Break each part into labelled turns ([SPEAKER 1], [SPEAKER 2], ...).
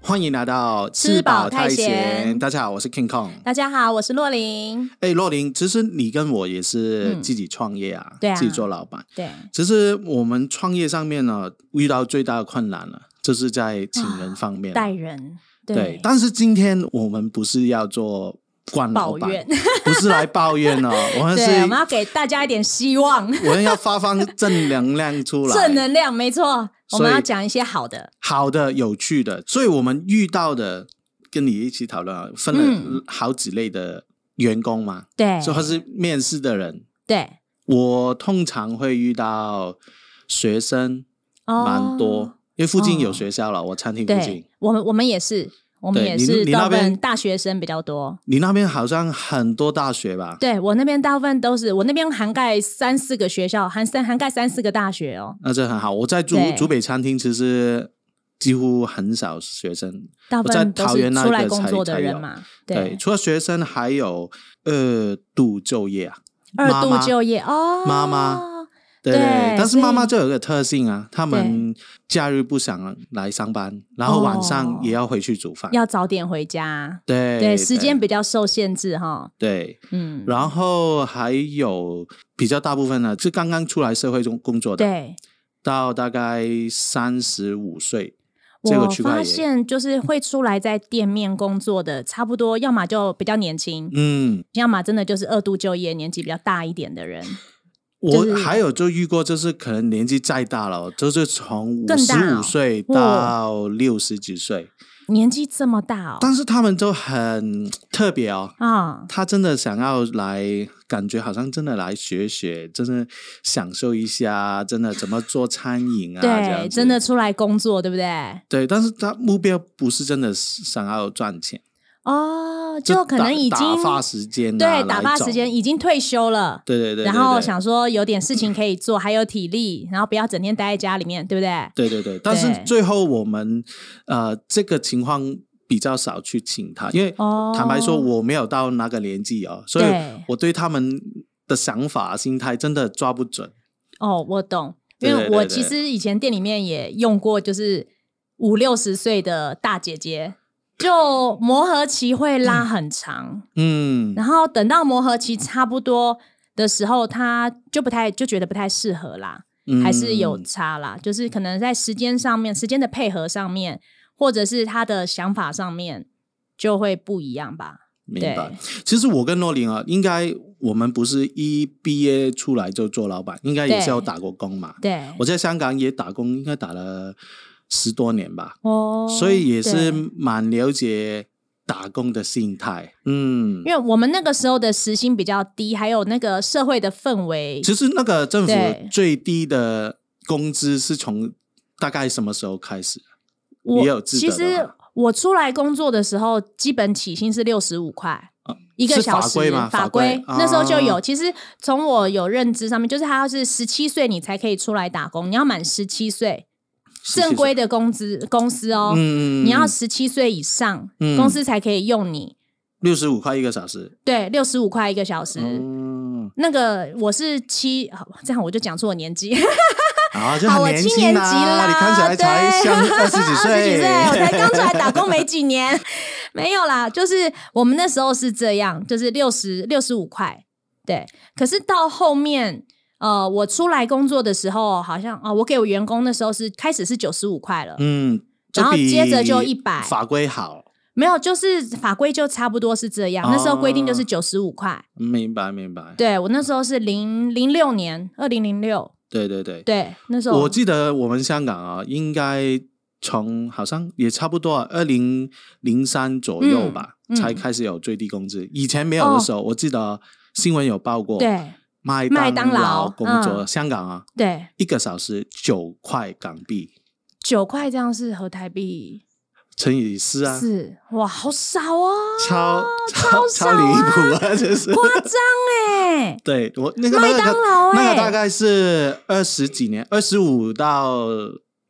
[SPEAKER 1] 欢迎来到
[SPEAKER 2] 吃饱太闲
[SPEAKER 1] 大家好，我是 King Kong。
[SPEAKER 2] 大家好，我是洛琳。
[SPEAKER 1] 哎、洛琳，其实你跟我也是
[SPEAKER 2] 嗯
[SPEAKER 1] 自己创业啊，
[SPEAKER 2] 对啊
[SPEAKER 1] 自己做老板。
[SPEAKER 2] 对，
[SPEAKER 1] 其实我们创业上面呢，遇到最大的困难了，就是在请人方面。
[SPEAKER 2] 啊带人
[SPEAKER 1] 对但是今天我们不是要做官老
[SPEAKER 2] 抱
[SPEAKER 1] 板，，
[SPEAKER 2] 怨
[SPEAKER 1] 不是来抱怨 哦，我们是，
[SPEAKER 2] 对，我们要给大家一点希 望，
[SPEAKER 1] 我们要发放正能量出来，
[SPEAKER 2] 正能量，没错，我
[SPEAKER 1] 所以
[SPEAKER 2] 们要讲一些好的。
[SPEAKER 1] 好的、有趣的，所以我们遇到的跟你一起讨论啊，分了
[SPEAKER 2] 嗯
[SPEAKER 1] 好几类的员工嘛，
[SPEAKER 2] 对，
[SPEAKER 1] 所以他是面试的人。
[SPEAKER 2] 对，
[SPEAKER 1] 我通常会遇到学生
[SPEAKER 2] 哦
[SPEAKER 1] 蛮多，因为附近有
[SPEAKER 2] 哦
[SPEAKER 1] 学校了，我餐厅附近
[SPEAKER 2] 对。，我们我们也是，我们
[SPEAKER 1] 对
[SPEAKER 2] 也
[SPEAKER 1] 你
[SPEAKER 2] 是
[SPEAKER 1] 你
[SPEAKER 2] 大
[SPEAKER 1] 那
[SPEAKER 2] 部分
[SPEAKER 1] 边
[SPEAKER 2] 大学生比较多。
[SPEAKER 1] 你那边好像很多大学吧？
[SPEAKER 2] 对我那边大部分都是，我那边涵盖三四个学校，涵三涵盖三四个大学哦，
[SPEAKER 1] 那这很好。我在竹
[SPEAKER 2] 对
[SPEAKER 1] 竹北餐厅其实几乎很少学生，
[SPEAKER 2] 大部
[SPEAKER 1] 我在
[SPEAKER 2] 分都
[SPEAKER 1] 桃园
[SPEAKER 2] 是
[SPEAKER 1] 那
[SPEAKER 2] 出来
[SPEAKER 1] 个
[SPEAKER 2] 工
[SPEAKER 1] 才
[SPEAKER 2] 作的
[SPEAKER 1] 才
[SPEAKER 2] 人
[SPEAKER 1] 有
[SPEAKER 2] 嘛。
[SPEAKER 1] 除了学生还有二度就业啊，
[SPEAKER 2] 二
[SPEAKER 1] 妈
[SPEAKER 2] 度
[SPEAKER 1] 妈
[SPEAKER 2] 就业哦，
[SPEAKER 1] 妈妈对，
[SPEAKER 2] 对
[SPEAKER 1] 但是
[SPEAKER 2] 所以
[SPEAKER 1] 妈妈就有个特性啊，他们假日不想来上班，然后晚上也要回去煮饭。
[SPEAKER 2] 哦要早点回家。
[SPEAKER 1] 对
[SPEAKER 2] 对，时间比较受限制哈。
[SPEAKER 1] 对，
[SPEAKER 2] 嗯，
[SPEAKER 1] 然后还有比较大部分呢，是刚刚出来社会中工作的，
[SPEAKER 2] 对，
[SPEAKER 1] 到大概三十五岁这个
[SPEAKER 2] 我
[SPEAKER 1] 区块
[SPEAKER 2] 发
[SPEAKER 1] 也，
[SPEAKER 2] 现就是会出来在店面工作的，差不多要么就比较年轻，
[SPEAKER 1] 嗯，
[SPEAKER 2] 要么真的就是二度就业，年纪比较大一点的人。
[SPEAKER 1] 我
[SPEAKER 2] 就是
[SPEAKER 1] 还有就遇过，就是可能年纪再大了，就是从五
[SPEAKER 2] 更大
[SPEAKER 1] 十
[SPEAKER 2] 哦
[SPEAKER 1] 五岁到六十几岁，
[SPEAKER 2] 年纪这么大哦，
[SPEAKER 1] 但是他们都很特别哦，
[SPEAKER 2] 啊、
[SPEAKER 1] 他真的想要来，感觉好像真的来学学，真的享受一下，真的怎么做餐饮啊？这样
[SPEAKER 2] 对，
[SPEAKER 1] 子
[SPEAKER 2] 真的出来工作，对不对？
[SPEAKER 1] 对，但是他目标不是真的想要赚钱，
[SPEAKER 2] 哦，
[SPEAKER 1] 就
[SPEAKER 2] 就可
[SPEAKER 1] 打
[SPEAKER 2] 能已经
[SPEAKER 1] 打发时间、啊，
[SPEAKER 2] 对打发
[SPEAKER 1] 来走
[SPEAKER 2] 时间，已经退休了。
[SPEAKER 1] 对对对，
[SPEAKER 2] 然后
[SPEAKER 1] 对，
[SPEAKER 2] 想说有点事情可以做，还有体力，然后不要整天待在家里面，对不对？
[SPEAKER 1] 对对对对，但是最后我们呃这个情况比较少去请他，因为
[SPEAKER 2] 哦
[SPEAKER 1] 坦白说我没有到那个年纪哦，所以
[SPEAKER 2] 对
[SPEAKER 1] 我对他们的想法、啊心态真的抓不准。
[SPEAKER 2] 哦，我懂，
[SPEAKER 1] 对
[SPEAKER 2] 因为
[SPEAKER 1] 对对
[SPEAKER 2] 我
[SPEAKER 1] 对
[SPEAKER 2] 其实以前店里面也用过，就是五六十岁的大姐姐，就磨合期会拉很长，
[SPEAKER 1] 嗯，
[SPEAKER 2] 然后等到磨合期差不多的时候，她就不太就觉得不太适合啦，还是有
[SPEAKER 1] 嗯
[SPEAKER 2] 差啦，就是可能在时间上面、时间的配合上面，或者是她的想法上面就会不一样吧。
[SPEAKER 1] 明
[SPEAKER 2] 对，
[SPEAKER 1] 白。其实我跟诺林啊，应该我们不是一毕业出来就做老板，应该也是
[SPEAKER 2] 对
[SPEAKER 1] 有打过工嘛。
[SPEAKER 2] 对，
[SPEAKER 1] 我在香港也打工，应该打了十多年吧，
[SPEAKER 2] 哦
[SPEAKER 1] 所以也是嗯
[SPEAKER 2] 对
[SPEAKER 1] 蛮了解打工的心态。嗯
[SPEAKER 2] 因，为我们那个时候的时薪比较低，还有那个社会的氛围，
[SPEAKER 1] 其实那个政府
[SPEAKER 2] 对
[SPEAKER 1] 最低的工资是从大概什么时候开始？啊
[SPEAKER 2] 我
[SPEAKER 1] 也有自得
[SPEAKER 2] 其
[SPEAKER 1] 的
[SPEAKER 2] 实
[SPEAKER 1] 吧
[SPEAKER 2] 我出来工作的时候，基本起薪是六十五块。一个
[SPEAKER 1] 啊是
[SPEAKER 2] 小
[SPEAKER 1] 法
[SPEAKER 2] 时
[SPEAKER 1] 规吗法规
[SPEAKER 2] 那时候就有。
[SPEAKER 1] 哦
[SPEAKER 2] 其实从我有认知上面，就是他要是十七岁你才可以出来打工，你要满十七岁，正规
[SPEAKER 1] 的，
[SPEAKER 2] 的工资公司哦，
[SPEAKER 1] 嗯，
[SPEAKER 2] 你要十七岁以上，
[SPEAKER 1] 嗯
[SPEAKER 2] 公司才可以用你。
[SPEAKER 1] 六十五块一个小时，
[SPEAKER 2] 对，六十五块一个小时。
[SPEAKER 1] 嗯，
[SPEAKER 2] 那个我是七，好这样我就讲错我年纪。
[SPEAKER 1] 啊，就
[SPEAKER 2] 好，
[SPEAKER 1] 很
[SPEAKER 2] 我
[SPEAKER 1] 年
[SPEAKER 2] 七
[SPEAKER 1] 轻
[SPEAKER 2] 年级
[SPEAKER 1] 啦，
[SPEAKER 2] 啦，
[SPEAKER 1] 你看起来才
[SPEAKER 2] 对
[SPEAKER 1] 像二啊十几
[SPEAKER 2] 二十
[SPEAKER 1] 岁，
[SPEAKER 2] 几岁，我 才刚出来打工没几年， 没有啦，就是我们那时候是这样，就是六十六十五块，对。可是到后面，呃，我出来工作的时候，好像哦，我给我员工那时候是开始是九十五块了，
[SPEAKER 1] 嗯，这
[SPEAKER 2] 然后
[SPEAKER 1] 比
[SPEAKER 2] 接着就100
[SPEAKER 1] 法规好，
[SPEAKER 2] 没有，就是法规就差不多是这样，那时候规定就是
[SPEAKER 1] 哦
[SPEAKER 2] 九十五块。
[SPEAKER 1] 明白明白，
[SPEAKER 2] 对我那时候是零零六年，二零零六，
[SPEAKER 1] 对对对
[SPEAKER 2] 对，那时候
[SPEAKER 1] 我记得我们香港啊，应该从好像也差不多啊二零零三左右吧、
[SPEAKER 2] 嗯嗯
[SPEAKER 1] 才开始有最低工资，以前没有的时候，我记得新闻有报过，
[SPEAKER 2] 对
[SPEAKER 1] 麦
[SPEAKER 2] 麦当劳
[SPEAKER 1] 劳工作、
[SPEAKER 2] 嗯
[SPEAKER 1] 香港啊，
[SPEAKER 2] 对
[SPEAKER 1] 一个小时九块港币
[SPEAKER 2] 九块这样是合台币
[SPEAKER 1] 乘以四啊，
[SPEAKER 2] 是哇，好少哦，
[SPEAKER 1] 超
[SPEAKER 2] 超
[SPEAKER 1] 超
[SPEAKER 2] 少
[SPEAKER 1] 超离
[SPEAKER 2] 啊
[SPEAKER 1] 谱啊，这是。
[SPEAKER 2] 夸张哎，
[SPEAKER 1] 对我 那个
[SPEAKER 2] 麦
[SPEAKER 1] 那个
[SPEAKER 2] 当劳
[SPEAKER 1] 那
[SPEAKER 2] 欸
[SPEAKER 1] 个大概是二十几年，二十五到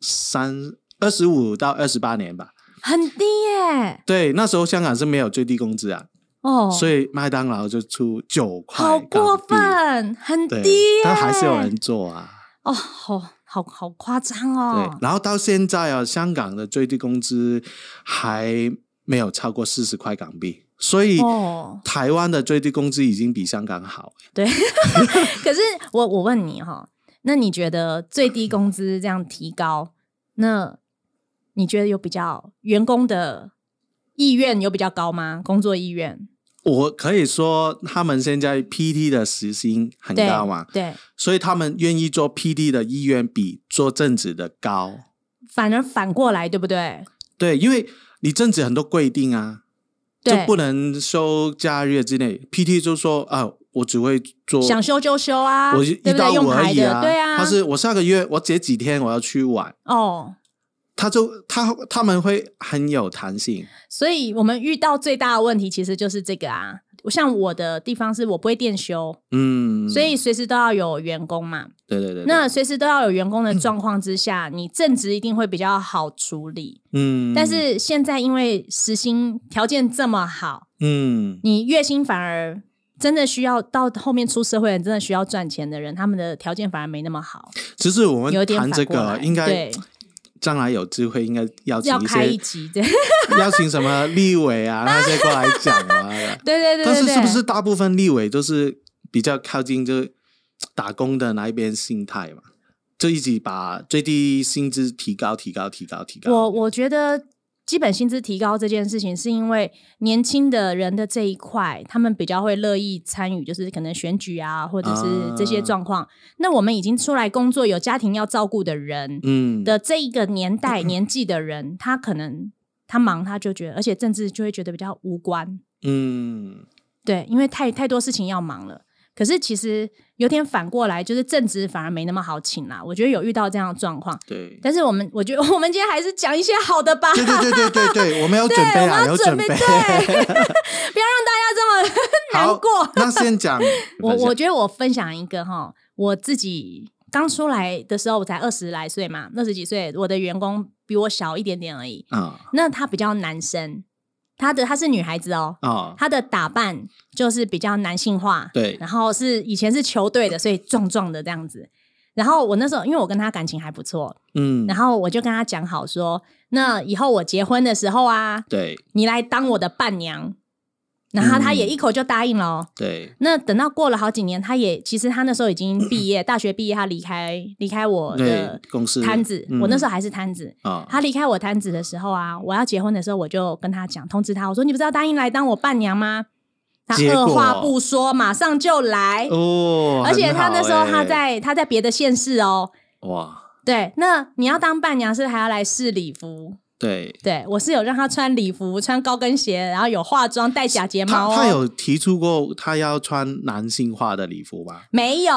[SPEAKER 1] 三，二十五到二十八年吧。
[SPEAKER 2] 很低耶、
[SPEAKER 1] 对，那时候香港是没有最低工资啊，
[SPEAKER 2] 哦，
[SPEAKER 1] 所以麦当劳就出九块，
[SPEAKER 2] 好过，分，很
[SPEAKER 1] 对
[SPEAKER 2] 低耶、
[SPEAKER 1] 但还是有人做啊。
[SPEAKER 2] 哦，好好好夸张哦
[SPEAKER 1] 对，。然后到现在啊，香港的最低工资还没有超过四十块港币，所以
[SPEAKER 2] 哦
[SPEAKER 1] 台湾的最低工资已经比香港好。
[SPEAKER 2] 对， 可是我我问你哈，那你觉得最低工资这样提高，那你觉得有比较员工的意愿有比较高吗？工作意愿
[SPEAKER 1] 我可以说，他们现在 PT 的时薪很
[SPEAKER 2] 对
[SPEAKER 1] 高嘛，
[SPEAKER 2] 对，
[SPEAKER 1] 所以他们愿意做 PT 的意愿比做正职的高。
[SPEAKER 2] 反而反过来，对不对？
[SPEAKER 1] 对，因为你正职很多规定啊，就
[SPEAKER 2] 对，
[SPEAKER 1] 不能休假日之内。PT 就说啊，我只会做
[SPEAKER 2] 想休就休啊，
[SPEAKER 1] 我
[SPEAKER 2] 对
[SPEAKER 1] 一
[SPEAKER 2] 不对？
[SPEAKER 1] 到
[SPEAKER 2] 用
[SPEAKER 1] 五而
[SPEAKER 2] 牌
[SPEAKER 1] 已
[SPEAKER 2] 的，对啊，
[SPEAKER 1] 他是我下个月我这几天我要去玩，
[SPEAKER 2] 哦。
[SPEAKER 1] 他就他他们会很有弹性。
[SPEAKER 2] 所以我们遇到最大的问题其实就是这个啊。像我的地方是我不会电休，
[SPEAKER 1] 嗯，
[SPEAKER 2] 所以随时都要有员工嘛。
[SPEAKER 1] 对对对，对嗯
[SPEAKER 2] 那随时都要有员工的状况之下，你正职一定会比较好处理。
[SPEAKER 1] 嗯，
[SPEAKER 2] 但是现在因为时薪条件这么好，
[SPEAKER 1] 嗯，
[SPEAKER 2] 你月薪反而真的需要到后面出社会人，真的需要赚钱的人，他们的条件反而没那么好，
[SPEAKER 1] 其实我
[SPEAKER 2] 有
[SPEAKER 1] 们
[SPEAKER 2] 点
[SPEAKER 1] 谈这
[SPEAKER 2] 反过来。
[SPEAKER 1] 个应该
[SPEAKER 2] 对
[SPEAKER 1] 将来有机会应该邀请
[SPEAKER 2] 要
[SPEAKER 1] 一
[SPEAKER 2] 开
[SPEAKER 1] 些
[SPEAKER 2] 一集，对
[SPEAKER 1] 邀请什么立委啊那些过来讲 啊。
[SPEAKER 2] 对对对对对。
[SPEAKER 1] 但是是不是大部分立委都是比较靠近就是打工的那一边心态嘛？就一直把最低薪资提高、提高、提高、提高。
[SPEAKER 2] 我我觉得基本薪资提高这件事情，是因为年轻的人的这一块，他们比较会乐意参与，就是可能选举啊，或者是这些状况。那我们已经出来工作、有家庭要照顾的人、
[SPEAKER 1] 嗯，
[SPEAKER 2] 的这一个年代、年纪的人，他可能他忙，他就觉得，而且政治就会觉得比较无关，
[SPEAKER 1] 嗯，
[SPEAKER 2] 对，因为太太多事情要忙了。可是其实有点反过来，就是正职反而没那么好请啦。我觉得有遇到这样的状况，
[SPEAKER 1] 对，
[SPEAKER 2] 但是我们我觉得 我们今天还是讲一些好的吧。
[SPEAKER 1] 对对对对对对，我们有准备
[SPEAKER 2] 我
[SPEAKER 1] 啊，
[SPEAKER 2] 们要
[SPEAKER 1] 有
[SPEAKER 2] 准备
[SPEAKER 1] 备。
[SPEAKER 2] 不要让大家这么 难
[SPEAKER 1] 好
[SPEAKER 2] 过。
[SPEAKER 1] 那先讲
[SPEAKER 2] 我我觉得我分享一个哈，我自己刚出来的时候，我才二十来岁嘛，二十几岁，我的员工比我小一点点而已。
[SPEAKER 1] 啊
[SPEAKER 2] 那他比较男生，他的他是女孩子哦，
[SPEAKER 1] 啊，
[SPEAKER 2] 他的打扮就是比较男性化，
[SPEAKER 1] 对
[SPEAKER 2] 然后是以前是球队的，所以壮壮的这样子。然后我那时候，因为我跟他感情还不错，
[SPEAKER 1] 嗯
[SPEAKER 2] 然，后我就跟他讲好说，那以后我结婚的时候啊，
[SPEAKER 1] 对
[SPEAKER 2] 你来当我的伴娘。然后他也
[SPEAKER 1] 嗯
[SPEAKER 2] 一口就答应了哦、
[SPEAKER 1] 对，
[SPEAKER 2] 那等到过了好几年，他也其实他那时候已经毕 业，大学毕业，他离开离开我
[SPEAKER 1] 对嗯
[SPEAKER 2] 的
[SPEAKER 1] 公司
[SPEAKER 2] 摊子，我那时候还是摊子。
[SPEAKER 1] 候啊，
[SPEAKER 2] 他离开我摊子的时候啊，我要结婚的时候，我就跟他讲，通知他，我说你不是要答应来当我伴娘吗？他
[SPEAKER 1] 结果
[SPEAKER 2] 二话不说，马上就来，
[SPEAKER 1] 哦，
[SPEAKER 2] 而且
[SPEAKER 1] 很
[SPEAKER 2] 他那
[SPEAKER 1] 好
[SPEAKER 2] 时候他
[SPEAKER 1] 欸
[SPEAKER 2] 在他在别的县市哦。
[SPEAKER 1] 哇，
[SPEAKER 2] 对，那你要当伴娘是还要来试礼服，
[SPEAKER 1] 对。
[SPEAKER 2] 对我是有让他穿礼服、穿高跟鞋，然后有化妆、戴假睫毛、
[SPEAKER 1] 他
[SPEAKER 2] 哦。
[SPEAKER 1] 他有提出过他要穿男性化的礼服吧？
[SPEAKER 2] 没有，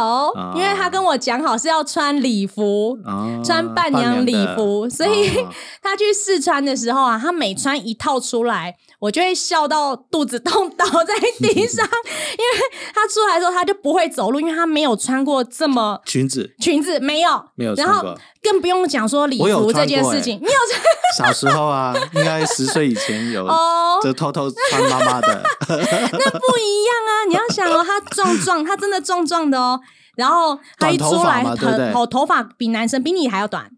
[SPEAKER 2] 因为啊他跟我讲好是要穿礼服，
[SPEAKER 1] 啊，
[SPEAKER 2] 穿伴娘礼服，所
[SPEAKER 1] 伴
[SPEAKER 2] 以
[SPEAKER 1] 娘的，啊
[SPEAKER 2] 他去试穿的时候啊，他每穿一套出来，我就会笑到肚子痛倒在地 上，因为他出来的时候他就不会走路，因为他没有穿过这么。
[SPEAKER 1] 裙子
[SPEAKER 2] 裙子没有，
[SPEAKER 1] 没有
[SPEAKER 2] 然
[SPEAKER 1] 穿
[SPEAKER 2] 后
[SPEAKER 1] 过，
[SPEAKER 2] 更不用讲说礼
[SPEAKER 1] 我有
[SPEAKER 2] 服这
[SPEAKER 1] 穿
[SPEAKER 2] 件
[SPEAKER 1] 过
[SPEAKER 2] 事哎
[SPEAKER 1] 欸
[SPEAKER 2] 情，你有穿
[SPEAKER 1] 小 时候啊，应该十岁以前有，
[SPEAKER 2] 哦，
[SPEAKER 1] 就偷偷穿妈妈 的，
[SPEAKER 2] 那不一样啊！你要想哦，他壮壮，他真的壮壮的哦，然后他一
[SPEAKER 1] 短头
[SPEAKER 2] 出
[SPEAKER 1] 发
[SPEAKER 2] 来，
[SPEAKER 1] 嘛对不对
[SPEAKER 2] 头头发比男生比你还要短，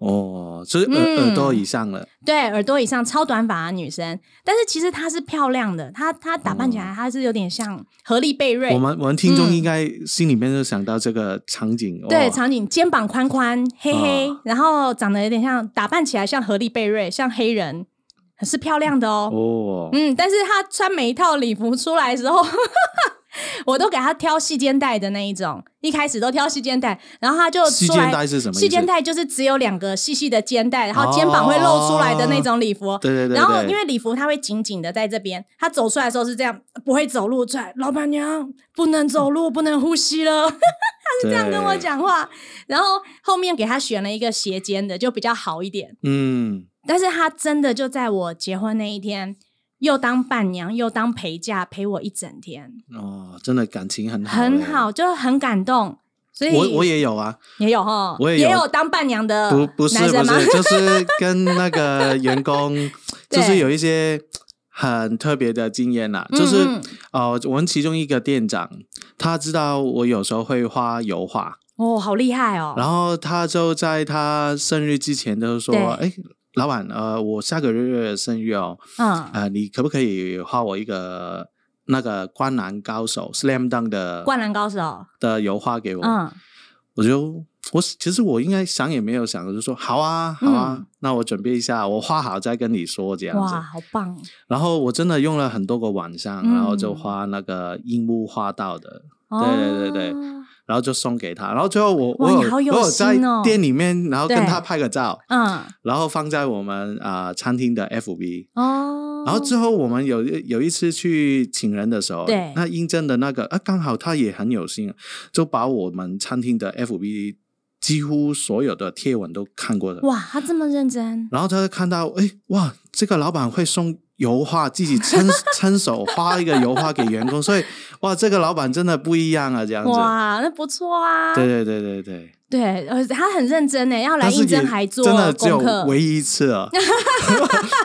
[SPEAKER 1] 哦，就是耳、
[SPEAKER 2] 嗯
[SPEAKER 1] 耳朵以上了，
[SPEAKER 2] 对，耳朵以上超短发的女生，但是其实她是漂亮的，她她打扮起来，她是有点像荷丽贝瑞
[SPEAKER 1] 哦我，们我们听众
[SPEAKER 2] 嗯
[SPEAKER 1] 应该心里面就想到这个场景，
[SPEAKER 2] 对，
[SPEAKER 1] 哦
[SPEAKER 2] 场景肩膀宽宽，黑黑，
[SPEAKER 1] 哦
[SPEAKER 2] 然后长得有点像，打扮起来像荷丽贝瑞，像黑人，是漂亮的哦。
[SPEAKER 1] 哦，
[SPEAKER 2] 嗯，但是她穿每一套礼服出来的时候， 我都给她挑细肩带的那一种，一开始都挑细肩带，然后她就
[SPEAKER 1] 细
[SPEAKER 2] 出
[SPEAKER 1] 肩
[SPEAKER 2] 来。
[SPEAKER 1] 带是什么意思？
[SPEAKER 2] 细肩，带就是只有两个细细的肩带，然后肩膀会露出来的那种礼服。
[SPEAKER 1] 对对对哦对，
[SPEAKER 2] 然后因为礼服它会紧紧的在这边，他走出来的时候是这样，不会走路出来，老板娘不能走路，不能呼吸了，
[SPEAKER 1] 这
[SPEAKER 2] 这样跟我，讲话。然后后面给他选了一个斜肩的，就比较好一点。
[SPEAKER 1] 嗯，
[SPEAKER 2] 但是他真的就在我结婚那一天，又当伴娘又当陪嫁，陪我一整天，
[SPEAKER 1] 哦，真的感情很好，欸
[SPEAKER 2] 很。好，就很感动。所以
[SPEAKER 1] 我我也有啊，
[SPEAKER 2] 也有哈，
[SPEAKER 1] 我也
[SPEAKER 2] 也
[SPEAKER 1] 有
[SPEAKER 2] 有当伴娘的
[SPEAKER 1] 不不是
[SPEAKER 2] 呃男生
[SPEAKER 1] 不
[SPEAKER 2] 吗？
[SPEAKER 1] 是，就是跟那个员 工，
[SPEAKER 2] 对
[SPEAKER 1] 就是有一些很特别的经验啦，就是
[SPEAKER 2] 嗯嗯
[SPEAKER 1] 哦、呃我们其中一个店长，他知道我有时候会画油画，
[SPEAKER 2] 哦，好厉害哦！
[SPEAKER 1] 然后他就在他生日之前就说
[SPEAKER 2] 对：“
[SPEAKER 1] 哎，老板，呃，我下个月生日哦，
[SPEAKER 2] 嗯，
[SPEAKER 1] 呃，你可不可以画我一个那个《灌篮高手》（Slam Dunk） 的
[SPEAKER 2] 灌篮高手，
[SPEAKER 1] 的油画给我？”
[SPEAKER 2] 嗯，
[SPEAKER 1] 我就我其实我应该想也没有想，我就说：“好啊，好啊，
[SPEAKER 2] 嗯
[SPEAKER 1] 那我准备一下，我画好再跟你说这样子。
[SPEAKER 2] 哇，”好棒！
[SPEAKER 1] 然后我真的用了很多个晚上，
[SPEAKER 2] 嗯
[SPEAKER 1] 然后就画那个樱木画到的。对对对
[SPEAKER 2] 哦
[SPEAKER 1] 然后就送给他，然后最后我
[SPEAKER 2] 哇
[SPEAKER 1] 我有
[SPEAKER 2] 你好有
[SPEAKER 1] 我有在
[SPEAKER 2] 心哦
[SPEAKER 1] 店里面，然后跟
[SPEAKER 2] 对
[SPEAKER 1] 他拍个照，
[SPEAKER 2] 嗯，
[SPEAKER 1] 然后放在我们啊、呃餐厅的 FB。
[SPEAKER 2] 哦，
[SPEAKER 1] 然后之后我们有有一次去请人的时候，
[SPEAKER 2] 对
[SPEAKER 1] 那英真的那个啊，刚好他也很有心，就把我们餐厅的 FB 几乎所有的贴文都看过了。
[SPEAKER 2] 哇，他这么认真，
[SPEAKER 1] 然后他就看到，哎，哇，这个老板会送油画，自己亲亲手画一个油画给员工，所以哇，这个老板真的不一样啊，这样子。
[SPEAKER 2] 哇，那不错啊，
[SPEAKER 1] 对对对对对。
[SPEAKER 2] 对，而且他很认真呢，要来
[SPEAKER 1] 但是
[SPEAKER 2] 应征
[SPEAKER 1] 也
[SPEAKER 2] 还做
[SPEAKER 1] 真的只有
[SPEAKER 2] 功课，
[SPEAKER 1] 唯一一次 了，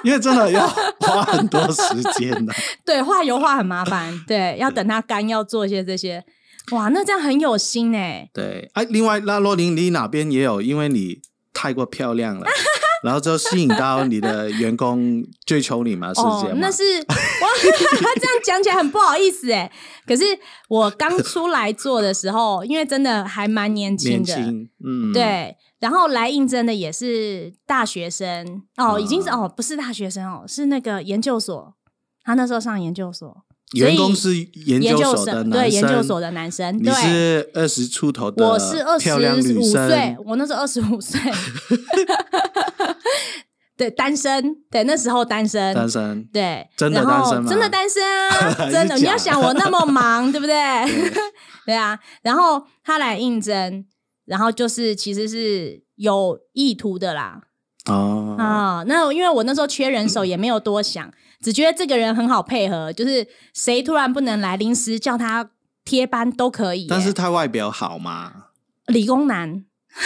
[SPEAKER 1] 因为真的要花很多时间的。
[SPEAKER 2] 对，画油画很麻烦，对，要等它干，要做一些这些，哇，那这样很有心欸呢。
[SPEAKER 1] 对，哎、另外那洛琳，你哪边也有，因为你太过漂亮 了，然后就吸引到你的员工追求你嘛，是这
[SPEAKER 2] 哦
[SPEAKER 1] 样，吗？
[SPEAKER 2] 那是哇， 这样讲起来很不好意思哎。可是我 刚出来做的时候，因为真的还蛮年轻
[SPEAKER 1] 年
[SPEAKER 2] 的，
[SPEAKER 1] 轻，嗯，，
[SPEAKER 2] 对。然后来应征的也是大学生哦，已经是
[SPEAKER 1] 啊
[SPEAKER 2] 哦，不是大学生哦，是那个研究所。他那时候上研究所，
[SPEAKER 1] 员工是研
[SPEAKER 2] 研
[SPEAKER 1] 究所的
[SPEAKER 2] 生
[SPEAKER 1] 男
[SPEAKER 2] 对研究
[SPEAKER 1] 生
[SPEAKER 2] 所的男生，
[SPEAKER 1] 你
[SPEAKER 2] 对，
[SPEAKER 1] 是二十出头的，
[SPEAKER 2] 我是二十
[SPEAKER 1] 漂亮女
[SPEAKER 2] 五岁
[SPEAKER 1] 生，，
[SPEAKER 2] 我那时候二十五岁，对，单身，对，那时候单身，
[SPEAKER 1] 单身，
[SPEAKER 2] 对，
[SPEAKER 1] 真的
[SPEAKER 2] 然后
[SPEAKER 1] 单身吗
[SPEAKER 2] 真的单身啊，
[SPEAKER 1] 还是
[SPEAKER 2] 真的，你要
[SPEAKER 1] 假
[SPEAKER 2] 想我那么忙，对不对？
[SPEAKER 1] 对
[SPEAKER 2] 对啊，然后他来应征，然后就是其实是有意图的啦。
[SPEAKER 1] 哦，
[SPEAKER 2] 啊、那因为我那时候缺人手，也没有多想，只觉得这个人很好配合，就是谁突然不能来，临时叫他贴班都可以耶。
[SPEAKER 1] 但是他外表好嘛，
[SPEAKER 2] 理工男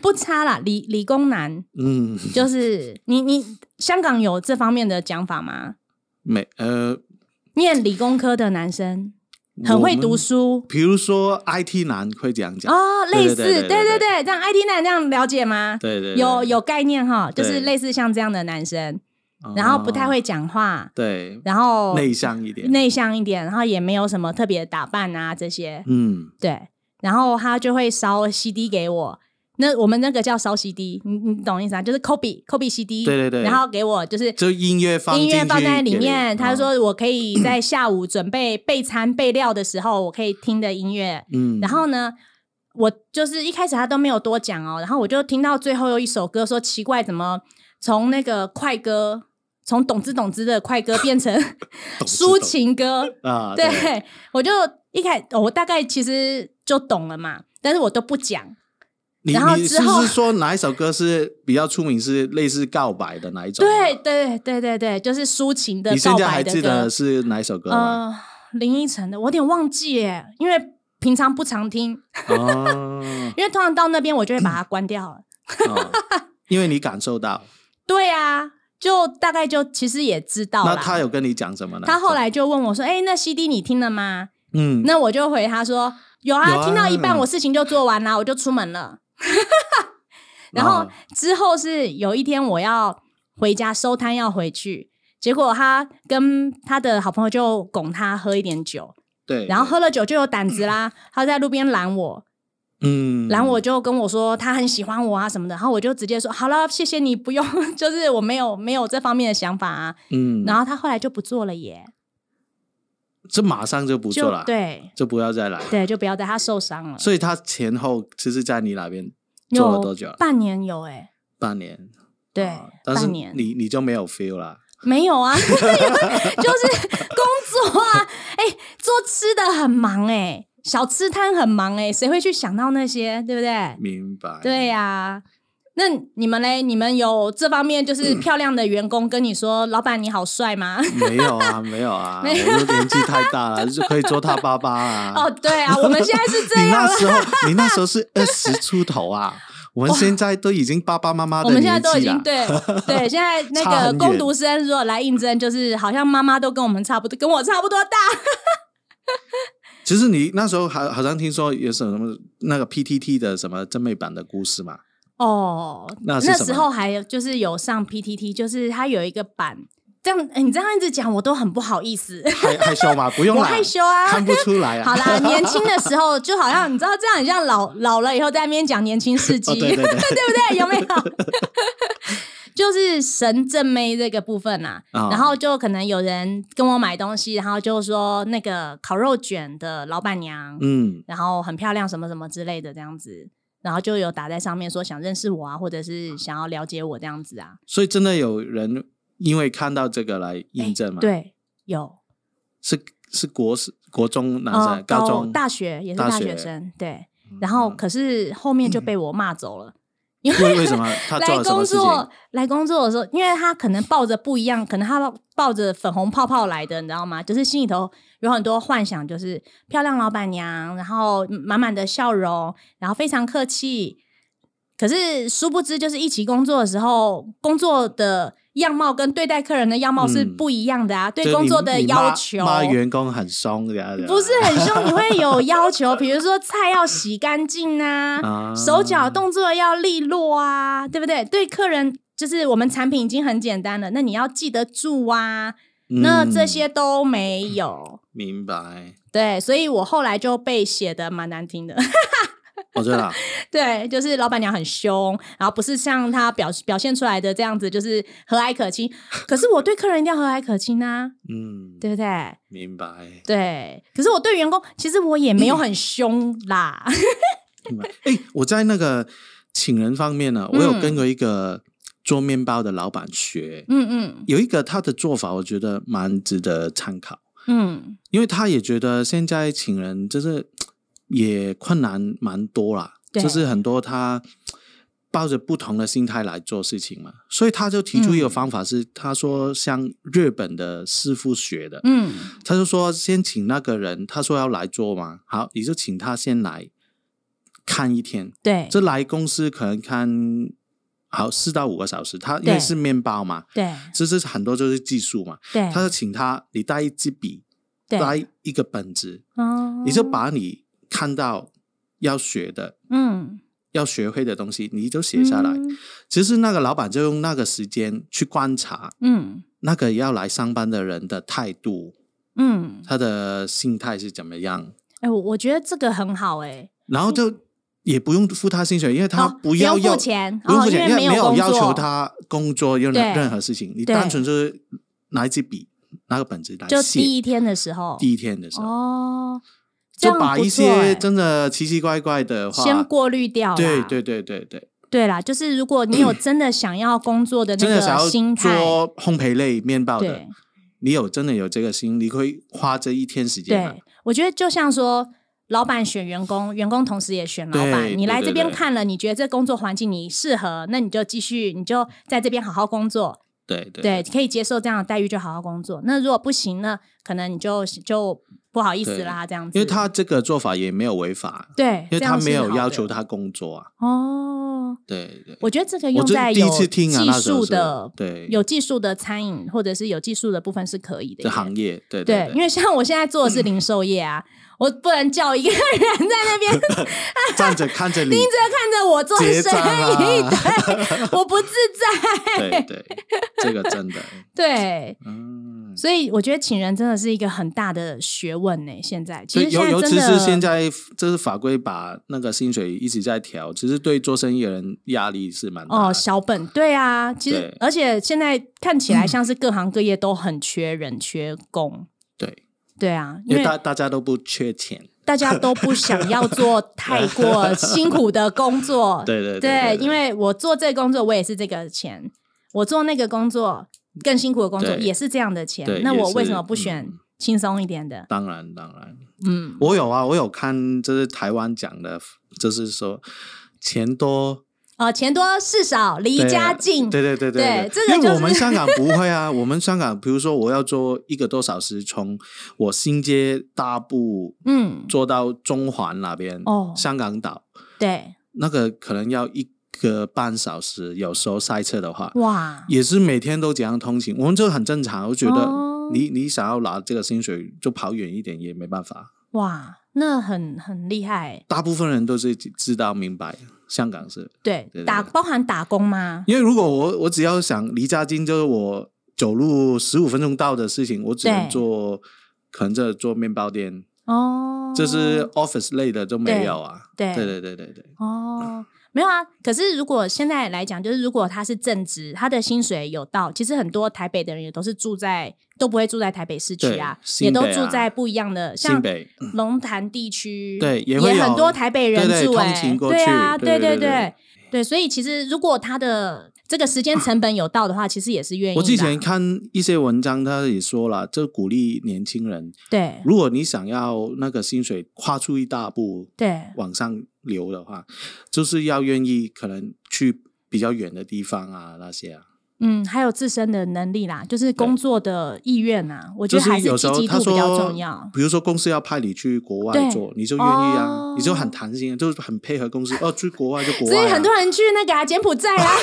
[SPEAKER 2] 不差啦，理理工男
[SPEAKER 1] 嗯，
[SPEAKER 2] 就是你你香港有这方面的讲法吗？
[SPEAKER 1] 没呃，
[SPEAKER 2] 念理工科的男生很会
[SPEAKER 1] 我
[SPEAKER 2] 读
[SPEAKER 1] 们
[SPEAKER 2] 书
[SPEAKER 1] 比如说 IT 男会这样讲，
[SPEAKER 2] 哦，类似，
[SPEAKER 1] 对对对
[SPEAKER 2] 对
[SPEAKER 1] 对
[SPEAKER 2] 对
[SPEAKER 1] 对
[SPEAKER 2] 对，这样 IT 男这样了解吗？
[SPEAKER 1] 对对对
[SPEAKER 2] 有，有概念哈，就
[SPEAKER 1] 对
[SPEAKER 2] 是类似像这样的男生，
[SPEAKER 1] 哦
[SPEAKER 2] 然后不太会讲话，
[SPEAKER 1] 对
[SPEAKER 2] 然后
[SPEAKER 1] 内向一点，
[SPEAKER 2] 内向一点，然后也没有什么特别的打扮啊这些，
[SPEAKER 1] 嗯，
[SPEAKER 2] 对，然后他就会烧 CD 给我。那我们那个叫烧 CD，你你懂意思啊？就是 copy copy CD，
[SPEAKER 1] 对对对
[SPEAKER 2] 然后给我就是
[SPEAKER 1] 就音乐放
[SPEAKER 2] 音
[SPEAKER 1] 进
[SPEAKER 2] 乐
[SPEAKER 1] 去
[SPEAKER 2] 放在里
[SPEAKER 1] 给你
[SPEAKER 2] 面。他
[SPEAKER 1] 哦
[SPEAKER 2] 说我可以在下午准备备餐备料的时候，我可以听的音乐。
[SPEAKER 1] 嗯，
[SPEAKER 2] 然后呢，我就是一开始他都没有多讲哦，然后我就听到最后有一首歌，说奇怪，怎么从那个快歌，从懂之懂之的快歌变成
[SPEAKER 1] 懂是
[SPEAKER 2] 抒
[SPEAKER 1] 懂
[SPEAKER 2] 情歌？
[SPEAKER 1] 啊，
[SPEAKER 2] 对， 我就一开哦我大概其实就懂了嘛，但是我都不讲。
[SPEAKER 1] 你
[SPEAKER 2] 然后
[SPEAKER 1] 你
[SPEAKER 2] 之
[SPEAKER 1] 是不
[SPEAKER 2] 后
[SPEAKER 1] 是说哪一首歌是比较出名，是类似告白的哪一种？啊
[SPEAKER 2] 对，对对对对，就是抒情的
[SPEAKER 1] 你现
[SPEAKER 2] 告
[SPEAKER 1] 在
[SPEAKER 2] 白
[SPEAKER 1] 还
[SPEAKER 2] 的
[SPEAKER 1] 记
[SPEAKER 2] 歌
[SPEAKER 1] 得。是哪一首歌吗？
[SPEAKER 2] 呃，林依晨的，我有点忘记耶，因为平常不常听，
[SPEAKER 1] 哦
[SPEAKER 2] 因为通常到那边我就会把 它关掉了。
[SPEAKER 1] 哦，因为你感受到，
[SPEAKER 2] 对啊，就大概就其实也知道
[SPEAKER 1] 那
[SPEAKER 2] 啦。
[SPEAKER 1] 他有跟你讲什么呢？
[SPEAKER 2] 他后来就问我说：“哎、那 CD 你听了吗？”
[SPEAKER 1] 嗯，
[SPEAKER 2] 那我就回他说：“有啊，
[SPEAKER 1] 有啊
[SPEAKER 2] 听到一半，我事情就做完了，我就出门 了。”然后
[SPEAKER 1] 哦
[SPEAKER 2] 之后是有一天我要回家收摊要回去，结果他跟他的好朋友就拱他喝一点酒，
[SPEAKER 1] 对，
[SPEAKER 2] 然后喝了酒就有胆子啦，他在路边拦我，
[SPEAKER 1] 嗯，
[SPEAKER 2] 然后我就跟我说他很喜欢我啊什么的，然后我就直接说好了，谢谢你，不用， 就是我没有没有这方面的想法啊。
[SPEAKER 1] 嗯，
[SPEAKER 2] 然后他后来就不做了耶，
[SPEAKER 1] 这马上就不
[SPEAKER 2] 就
[SPEAKER 1] 做了，，啊
[SPEAKER 2] 对
[SPEAKER 1] 就不要再来。
[SPEAKER 2] 对，就不要带他受伤了。
[SPEAKER 1] 所以他前后其实，在你那边做了
[SPEAKER 2] 有
[SPEAKER 1] 多久了？
[SPEAKER 2] 半年有哎，
[SPEAKER 1] 半年，
[SPEAKER 2] 对
[SPEAKER 1] 哦，但是
[SPEAKER 2] 半年
[SPEAKER 1] 你你就没有 feel 啦。
[SPEAKER 2] 没有啊， 就是工作啊，哎，做吃的很忙哎，小吃摊很忙哎，谁会去想到那些，对不对？
[SPEAKER 1] 明白。
[SPEAKER 2] 对呀、那你们嘞？你们有这方面
[SPEAKER 1] 嗯
[SPEAKER 2] 就是漂亮的员工跟你说，老板你好帅吗？
[SPEAKER 1] 没有啊，没有啊，
[SPEAKER 2] 没有
[SPEAKER 1] 我都年纪太大 了，就可以做他爸爸啊。
[SPEAKER 2] 哦，对啊，我们现在是这
[SPEAKER 1] 你
[SPEAKER 2] 样啊
[SPEAKER 1] 那
[SPEAKER 2] 了，
[SPEAKER 1] 时候，你那时候是二十出头 啊，我们现在都已经爸爸妈妈
[SPEAKER 2] 我
[SPEAKER 1] 的
[SPEAKER 2] 们
[SPEAKER 1] 年纪
[SPEAKER 2] 现在都已经
[SPEAKER 1] 了
[SPEAKER 2] 对对，现在那
[SPEAKER 1] 差
[SPEAKER 2] 个
[SPEAKER 1] 很远
[SPEAKER 2] 工读生如果来应征，就是好像妈妈都跟我们差不多，跟我差不多大。
[SPEAKER 1] 其实你那时候好好像听说有什么那个 PTT 的什么真美版的故事嘛？
[SPEAKER 2] 哦，
[SPEAKER 1] 那是什
[SPEAKER 2] 时
[SPEAKER 1] 么
[SPEAKER 2] 候还有就是有上 PTT，就是它有一个版，这样你这样一直讲，我都很不好意思，
[SPEAKER 1] 害害羞 嘛？不用
[SPEAKER 2] 我
[SPEAKER 1] 啦，
[SPEAKER 2] 害羞啊。
[SPEAKER 1] 看不出来啊。
[SPEAKER 2] 好啦，年轻的时候就好像你知道，这样很像老老了以后在那边讲年轻事迹，
[SPEAKER 1] 哦，对对对，
[SPEAKER 2] 对不对？有没 有？就是神正妹这个部分啊，
[SPEAKER 1] 啊
[SPEAKER 2] 然后就可能有人跟我买东西，然后就说那个烤肉卷的老板娘，
[SPEAKER 1] 嗯，
[SPEAKER 2] 然后很漂亮，什么什么之类的这样子，然后就有打在上面说想认识我啊，或者是想要了解我这样子啊，
[SPEAKER 1] 所以真的有人因为看到这个来印证嘛？，
[SPEAKER 2] 嗯对，有
[SPEAKER 1] 是是国是国中男
[SPEAKER 2] 哦
[SPEAKER 1] 生，高中
[SPEAKER 2] 大学也是
[SPEAKER 1] 大
[SPEAKER 2] 大
[SPEAKER 1] 学嗯
[SPEAKER 2] 学生，对，然后可是后面就被我骂走了。因为
[SPEAKER 1] 为为什么他做
[SPEAKER 2] 来
[SPEAKER 1] 了什
[SPEAKER 2] 工
[SPEAKER 1] 么事情
[SPEAKER 2] 作？来工作的时候，因为他可能抱着不一样，可能他抱着粉红泡泡来的，你知道吗？就是心里头有很多幻想，就是漂亮老板娘，然后满满的笑容，然后非常客气。可是殊不知，就是一起工作的时候，工作的样貌跟对待客人的样貌是
[SPEAKER 1] 嗯
[SPEAKER 2] 不一样的啊，
[SPEAKER 1] 就
[SPEAKER 2] 对
[SPEAKER 1] 是
[SPEAKER 2] 工
[SPEAKER 1] 你
[SPEAKER 2] 作的
[SPEAKER 1] 你
[SPEAKER 2] 要
[SPEAKER 1] 骂
[SPEAKER 2] 求。
[SPEAKER 1] 骂员工很松这样的，
[SPEAKER 2] 不是很凶，你会有 要求，比如说菜要洗干净啊，
[SPEAKER 1] 啊
[SPEAKER 2] 手脚动作要利落啊，对不对？对客人就是我们产品已经很简单了，那你要记得住啊。那
[SPEAKER 1] 嗯
[SPEAKER 2] 这些都没有，
[SPEAKER 1] 明白，
[SPEAKER 2] 对，所以我后来就被写的蛮难听的。
[SPEAKER 1] 我知道，
[SPEAKER 2] 对，就是老板娘很凶，然后不是像她表表现出来的这样子，就是和蔼可亲。可是我对客人一定要和蔼可亲啊，
[SPEAKER 1] 嗯，
[SPEAKER 2] 对不对？
[SPEAKER 1] 明白。
[SPEAKER 2] 对，可是我对员工其实我也没有很凶啦。
[SPEAKER 1] 明白。哎，我在那个请人方面呢，我有跟
[SPEAKER 2] 嗯
[SPEAKER 1] 过一个做面包的老板学，
[SPEAKER 2] 嗯嗯
[SPEAKER 1] 有一个他的做法，我觉得蛮值得参考，
[SPEAKER 2] 嗯，
[SPEAKER 1] 因为他也觉得现在请人就是也困难蛮多啦，
[SPEAKER 2] 对
[SPEAKER 1] 就是很多他。抱着不同的心态来做事情嘛，所以他就提出一个
[SPEAKER 2] 嗯
[SPEAKER 1] 方法是，他说向日本的师傅学的，
[SPEAKER 2] 嗯
[SPEAKER 1] 他就说先请那个人，他说要来做嘛，好，你就请他先来看一天，
[SPEAKER 2] 对
[SPEAKER 1] 这来公司可能看好四到五个小时，他因为
[SPEAKER 2] 对
[SPEAKER 1] 是面包嘛，
[SPEAKER 2] 对
[SPEAKER 1] 这是很多就是技术嘛，
[SPEAKER 2] 对，
[SPEAKER 1] 他就请他你带一支笔，
[SPEAKER 2] 哎对
[SPEAKER 1] 带一个本子，
[SPEAKER 2] 哦
[SPEAKER 1] 你就把你看到要学的、
[SPEAKER 2] 嗯
[SPEAKER 1] 要学会的东西，你就写下来。
[SPEAKER 2] 嗯
[SPEAKER 1] 其实那个老板就用那个时间去观察
[SPEAKER 2] 嗯
[SPEAKER 1] 那个要来上班的人的态度，
[SPEAKER 2] 嗯，
[SPEAKER 1] 他的心态是怎么样，
[SPEAKER 2] 哎、我我觉得这个很好哎、
[SPEAKER 1] 然后就也不用付他薪水，因为他
[SPEAKER 2] 哦
[SPEAKER 1] 不要
[SPEAKER 2] 不用
[SPEAKER 1] 要
[SPEAKER 2] 付钱，
[SPEAKER 1] 不用付
[SPEAKER 2] 哦、
[SPEAKER 1] 钱，
[SPEAKER 2] 因为
[SPEAKER 1] 没
[SPEAKER 2] 有
[SPEAKER 1] 有
[SPEAKER 2] 工
[SPEAKER 1] 要求
[SPEAKER 2] 作，
[SPEAKER 1] 他工作任
[SPEAKER 2] 对
[SPEAKER 1] 任何事情，你
[SPEAKER 2] 对
[SPEAKER 1] 单纯就是拿一支笔，拿个本子来
[SPEAKER 2] 就
[SPEAKER 1] 写。
[SPEAKER 2] 第一天的时候，
[SPEAKER 1] 第一天的时候，
[SPEAKER 2] 哦，这
[SPEAKER 1] 就
[SPEAKER 2] 样
[SPEAKER 1] 把
[SPEAKER 2] 不
[SPEAKER 1] 一
[SPEAKER 2] 错
[SPEAKER 1] 些
[SPEAKER 2] 哎
[SPEAKER 1] 真的奇奇怪怪的话，
[SPEAKER 2] 先过滤掉啦，
[SPEAKER 1] 对对对对对，
[SPEAKER 2] 对啦，就是如果你有真的想要工作的那
[SPEAKER 1] 真的想
[SPEAKER 2] 个
[SPEAKER 1] 要
[SPEAKER 2] 心态，
[SPEAKER 1] 做烘焙类面包的
[SPEAKER 2] 对，
[SPEAKER 1] 你有真的有这个心，你会花这一天时间吗
[SPEAKER 2] 对，我觉得就像说。老板选员工，员工同时也选老板
[SPEAKER 1] 对。
[SPEAKER 2] 你来
[SPEAKER 1] 对
[SPEAKER 2] 这
[SPEAKER 1] 对
[SPEAKER 2] 边
[SPEAKER 1] 对
[SPEAKER 2] 看了，你觉得这工作环境你适合，那你就继续，你就在这边好好工作。
[SPEAKER 1] 对对
[SPEAKER 2] 对，可以接受这样的待遇就好好工作。那如果不行呢，可能你就就不好意思
[SPEAKER 1] 对
[SPEAKER 2] 啦，这样子。
[SPEAKER 1] 因为他这个做法也没有违法，
[SPEAKER 2] 对，
[SPEAKER 1] 因为
[SPEAKER 2] 这
[SPEAKER 1] 他
[SPEAKER 2] 样
[SPEAKER 1] 没
[SPEAKER 2] 是
[SPEAKER 1] 有
[SPEAKER 2] 好
[SPEAKER 1] 要
[SPEAKER 2] 的
[SPEAKER 1] 求他工作啊，
[SPEAKER 2] 哦。
[SPEAKER 1] 对对。
[SPEAKER 2] 我觉得这个
[SPEAKER 1] 我
[SPEAKER 2] 用
[SPEAKER 1] 就
[SPEAKER 2] 在
[SPEAKER 1] 第
[SPEAKER 2] 有
[SPEAKER 1] 一次听啊，
[SPEAKER 2] 技
[SPEAKER 1] 那时候
[SPEAKER 2] 术
[SPEAKER 1] 是
[SPEAKER 2] 的、
[SPEAKER 1] 对
[SPEAKER 2] 有技术的餐饮或者是有技术的部分是可以的
[SPEAKER 1] 这
[SPEAKER 2] 耶。
[SPEAKER 1] 行业，对
[SPEAKER 2] 对，因
[SPEAKER 1] 对，
[SPEAKER 2] 为像我现在做的是零售业啊，我不能叫一个人 在那边
[SPEAKER 1] 站着看 着你，
[SPEAKER 2] 看着我做生
[SPEAKER 1] 结账啊
[SPEAKER 2] 意，对，我不自在。
[SPEAKER 1] 对对，这个真的，
[SPEAKER 2] 对，
[SPEAKER 1] 嗯，
[SPEAKER 2] 所以我觉得请人真的是一个很大的学问呢。现在其
[SPEAKER 1] 所
[SPEAKER 2] 实
[SPEAKER 1] 以尤
[SPEAKER 2] 现
[SPEAKER 1] 尤
[SPEAKER 2] 在真
[SPEAKER 1] 其
[SPEAKER 2] 的
[SPEAKER 1] 是现在，这是法规把那个薪水一直在调，其实对做生意的人压力是蛮大
[SPEAKER 2] 哦，
[SPEAKER 1] 的。
[SPEAKER 2] 小本对啊，其实
[SPEAKER 1] 对嗯
[SPEAKER 2] 而且现在看起来像是各行各业都很缺人、缺工，
[SPEAKER 1] 对，
[SPEAKER 2] 对啊，因
[SPEAKER 1] 因为大
[SPEAKER 2] 为
[SPEAKER 1] 大家都不缺钱，
[SPEAKER 2] 大家都不想要做太 过辛苦的工作，
[SPEAKER 1] 对对
[SPEAKER 2] 呃对，因
[SPEAKER 1] 为
[SPEAKER 2] 为我做这个工作，我也是这个钱；我做那个工作更辛苦的工作，
[SPEAKER 1] 对
[SPEAKER 2] 也是这样的钱
[SPEAKER 1] 对。
[SPEAKER 2] 那
[SPEAKER 1] 也
[SPEAKER 2] 我为
[SPEAKER 1] 是
[SPEAKER 2] 什么不选
[SPEAKER 1] 嗯
[SPEAKER 2] 轻松一点的？
[SPEAKER 1] 当然当然，
[SPEAKER 2] 嗯，
[SPEAKER 1] 我有啊，我有看，就是台湾讲的，就是说钱多
[SPEAKER 2] 呃，钱多事少，离
[SPEAKER 1] 对啊
[SPEAKER 2] 家近，
[SPEAKER 1] 对对对
[SPEAKER 2] 对
[SPEAKER 1] 对，
[SPEAKER 2] 这个
[SPEAKER 1] 因
[SPEAKER 2] 就
[SPEAKER 1] 为
[SPEAKER 2] 是
[SPEAKER 1] 我们香港不会啊， 我们香港，比如说我要做一个多小时，从我新街大埔
[SPEAKER 2] 嗯，
[SPEAKER 1] 坐到中环那边，
[SPEAKER 2] 哦
[SPEAKER 1] 香港岛
[SPEAKER 2] 对，
[SPEAKER 1] 那个可能要一个半小时，有时候塞车的话，
[SPEAKER 2] 哇，
[SPEAKER 1] 也是每天都这样通勤，我们就很正常，我觉得
[SPEAKER 2] 哦
[SPEAKER 1] 你、你想要拿这个薪水就跑远一点也没办法，
[SPEAKER 2] 哇，那很很厉害欸，
[SPEAKER 1] 大部分人都是知道明白，香港是
[SPEAKER 2] 对
[SPEAKER 1] 对，
[SPEAKER 2] 打
[SPEAKER 1] 对
[SPEAKER 2] 包含打工吗？
[SPEAKER 1] 因为如果我我只要想离家近，就是我走路十五分钟到的事情，我只能
[SPEAKER 2] 对
[SPEAKER 1] 做，可能这做面包店，
[SPEAKER 2] 哦，
[SPEAKER 1] 这是 office 类的就没有啊。
[SPEAKER 2] 对
[SPEAKER 1] 对对对对对，
[SPEAKER 2] 哦，没有啊。可是如果现在来讲，就是如果他是正职，他的薪水有到，其实很多台北的人也都是住在，都不会住在台北市区啊，
[SPEAKER 1] 对
[SPEAKER 2] 也都
[SPEAKER 1] 新北啊
[SPEAKER 2] 住在不一样的，
[SPEAKER 1] 新
[SPEAKER 2] 像
[SPEAKER 1] 北
[SPEAKER 2] 龙潭地区，
[SPEAKER 1] 对也
[SPEAKER 2] 也
[SPEAKER 1] 会有
[SPEAKER 2] 很多台北人
[SPEAKER 1] 对对
[SPEAKER 2] 住、欸，
[SPEAKER 1] 通勤过
[SPEAKER 2] 对
[SPEAKER 1] 去
[SPEAKER 2] 啊，
[SPEAKER 1] 对对
[SPEAKER 2] 对
[SPEAKER 1] 对
[SPEAKER 2] 对对所以其实如果他的这个时间成本有到的话，其实也是愿意的啊。
[SPEAKER 1] 我之前看一些文章，他也说了，就鼓励年轻人，
[SPEAKER 2] 对
[SPEAKER 1] 如果你想要那个薪水跨出一大步
[SPEAKER 2] 对
[SPEAKER 1] 往上流的话，就是要愿意可能去比较远的地方啊那些啊。
[SPEAKER 2] 嗯，还有自身的能力啦，就是工作的意愿啊，我觉
[SPEAKER 1] 就
[SPEAKER 2] 得还
[SPEAKER 1] 是
[SPEAKER 2] 是
[SPEAKER 1] 有时
[SPEAKER 2] 积
[SPEAKER 1] 候
[SPEAKER 2] 极
[SPEAKER 1] 他
[SPEAKER 2] 度
[SPEAKER 1] 说，
[SPEAKER 2] 比较重要。
[SPEAKER 1] 比如说公司要派你去国外
[SPEAKER 2] 对
[SPEAKER 1] 做，你就愿意啊，
[SPEAKER 2] 哦
[SPEAKER 1] 你就很弹性，就是很配合公司。哦，去国外就国
[SPEAKER 2] 所
[SPEAKER 1] 外、啊。
[SPEAKER 2] 以很多人去那个啊柬埔寨啊，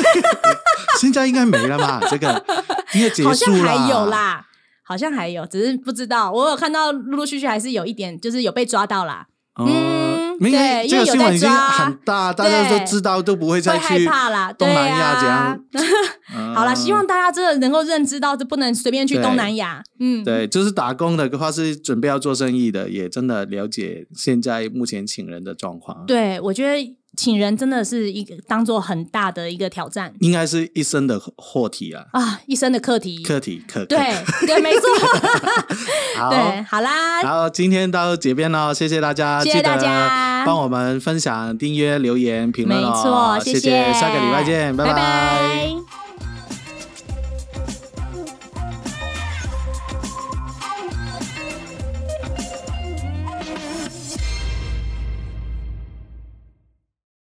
[SPEAKER 1] 现在应该没了 吧？这个应该 结束
[SPEAKER 2] 好像
[SPEAKER 1] 了。
[SPEAKER 2] 还有。啦，好像还有，只是不知道。我有看到陆陆续续还是有一点，就是有被抓到啦，
[SPEAKER 1] 哦、
[SPEAKER 2] 嗯
[SPEAKER 1] 没有
[SPEAKER 2] 对
[SPEAKER 1] 这
[SPEAKER 2] 因为有
[SPEAKER 1] 个新闻
[SPEAKER 2] 在
[SPEAKER 1] 已经
[SPEAKER 2] 抓
[SPEAKER 1] 很大，大家
[SPEAKER 2] 对
[SPEAKER 1] 都知道，都不会
[SPEAKER 2] 会
[SPEAKER 1] 再
[SPEAKER 2] 害
[SPEAKER 1] 去
[SPEAKER 2] 怕啦，
[SPEAKER 1] 东
[SPEAKER 2] 对
[SPEAKER 1] 南亚这
[SPEAKER 2] 啊
[SPEAKER 1] 样。。
[SPEAKER 2] 好啦，
[SPEAKER 1] 嗯
[SPEAKER 2] 希望大家真的能够认知到，这不能随便去
[SPEAKER 1] 对
[SPEAKER 2] 东南亚。嗯，
[SPEAKER 1] 对，就是打工的话是准备要做生意的，也真的了解现在目前请人的状况。，啊
[SPEAKER 2] 对，我觉得请人真的是一个当做很大的一个挑战
[SPEAKER 1] 应该是一生的课题啊，
[SPEAKER 2] 啊，一生的课题。
[SPEAKER 1] 课题课。
[SPEAKER 2] 对
[SPEAKER 1] 课
[SPEAKER 2] 对， 没错。
[SPEAKER 1] 好，
[SPEAKER 2] 对，好啦，
[SPEAKER 1] 然后今天到这边喽，谢谢大家，
[SPEAKER 2] 谢谢大家
[SPEAKER 1] 记得帮我们分享、订阅、留言、评论
[SPEAKER 2] 没
[SPEAKER 1] 哦。
[SPEAKER 2] 错，
[SPEAKER 1] 谢
[SPEAKER 2] 谢，
[SPEAKER 1] 下个礼拜见，拜
[SPEAKER 2] 拜